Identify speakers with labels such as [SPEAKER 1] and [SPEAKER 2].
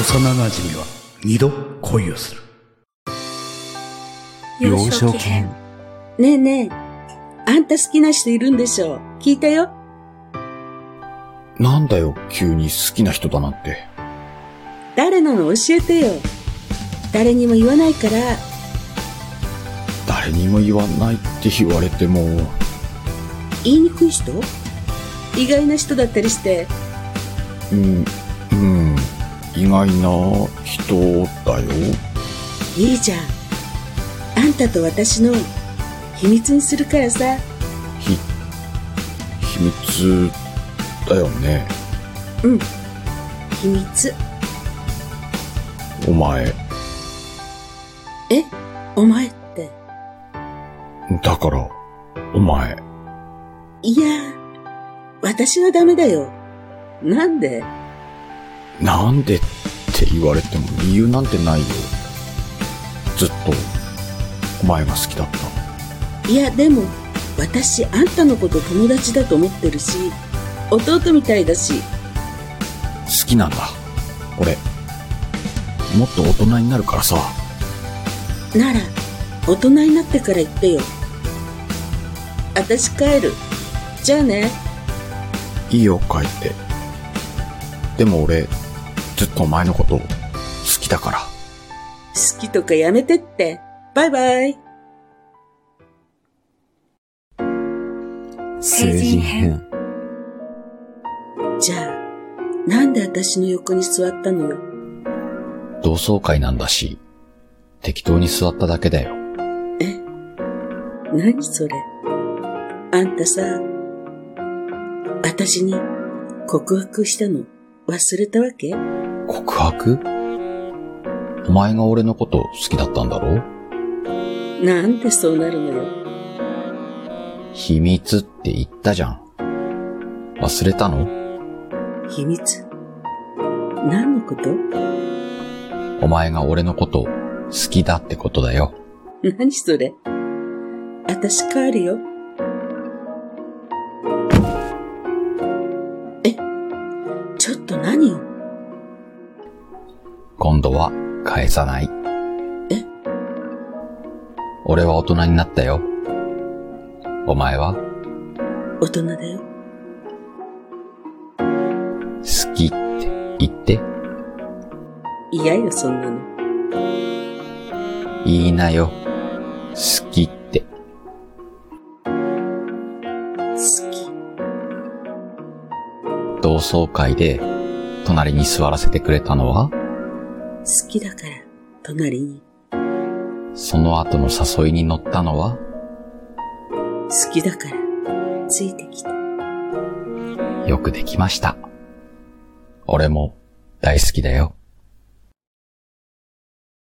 [SPEAKER 1] 幼なじみは二度恋をする。
[SPEAKER 2] 幼少期編。
[SPEAKER 3] ねえねえ、あんた好きな人いるんでしょう聞いたよ
[SPEAKER 4] なんだよ、急に好きな人だなんて。
[SPEAKER 3] 誰なの教えてよ。誰にも言わないから、
[SPEAKER 4] 誰にも言わないって言われても、
[SPEAKER 3] 言いにくい人意外な人だったりして、
[SPEAKER 4] うん、うん、意外な人だよ。
[SPEAKER 3] いいじゃん。あんたと私の秘密にするからさ、
[SPEAKER 4] ひ、秘密だよね。
[SPEAKER 3] 秘密。
[SPEAKER 4] お前。
[SPEAKER 3] えお前って。
[SPEAKER 4] だから、お前。
[SPEAKER 3] いや、私がダメだよ。なんで
[SPEAKER 4] なんでって言われても理由なんてないよ。ずっと、お前が好きだった。
[SPEAKER 3] いや、でも、私、あんたのこと友達だと思ってるし、弟みたいだし、
[SPEAKER 4] 好きなんだ。俺。もっと大人になるからさ。
[SPEAKER 3] なら、大人になってから言ってよ。私帰る。じゃあね。
[SPEAKER 4] いいよ、書いて。でも俺、ずっとお前のこと、好きだから。
[SPEAKER 3] 好きとかやめてって。バイバイ。
[SPEAKER 2] 成人編。
[SPEAKER 3] じゃあ、なんで私の横に座ったのよ。
[SPEAKER 4] 同窓会なんだし、適当に座っただけだよ。
[SPEAKER 3] 何それ。あんたさ、私に告白したの忘れたわけ
[SPEAKER 4] 告白お前が俺のこと好きだったんだろ
[SPEAKER 3] なんでそうなるのよ。
[SPEAKER 4] 秘密って言ったじゃん。忘れたの
[SPEAKER 3] 秘密。何のこと
[SPEAKER 4] お前が俺のこと好きだってことだよ。
[SPEAKER 3] 何それ私帰るよ。え、ちょっと何よ
[SPEAKER 4] 今度は返さない。
[SPEAKER 3] え
[SPEAKER 4] 俺は大人になったよ。お前は
[SPEAKER 3] 大人だよ。
[SPEAKER 4] 好きって言って
[SPEAKER 3] 嫌よ、そんなの。
[SPEAKER 4] いいなよ。好きって。
[SPEAKER 3] 好き。
[SPEAKER 4] 同窓会で隣に座らせてくれたのは
[SPEAKER 3] 好きだから、隣に。
[SPEAKER 4] その後の誘いに乗ったのは
[SPEAKER 3] 好きだから、ついてきた。
[SPEAKER 4] よくできました。俺も大好きだよ。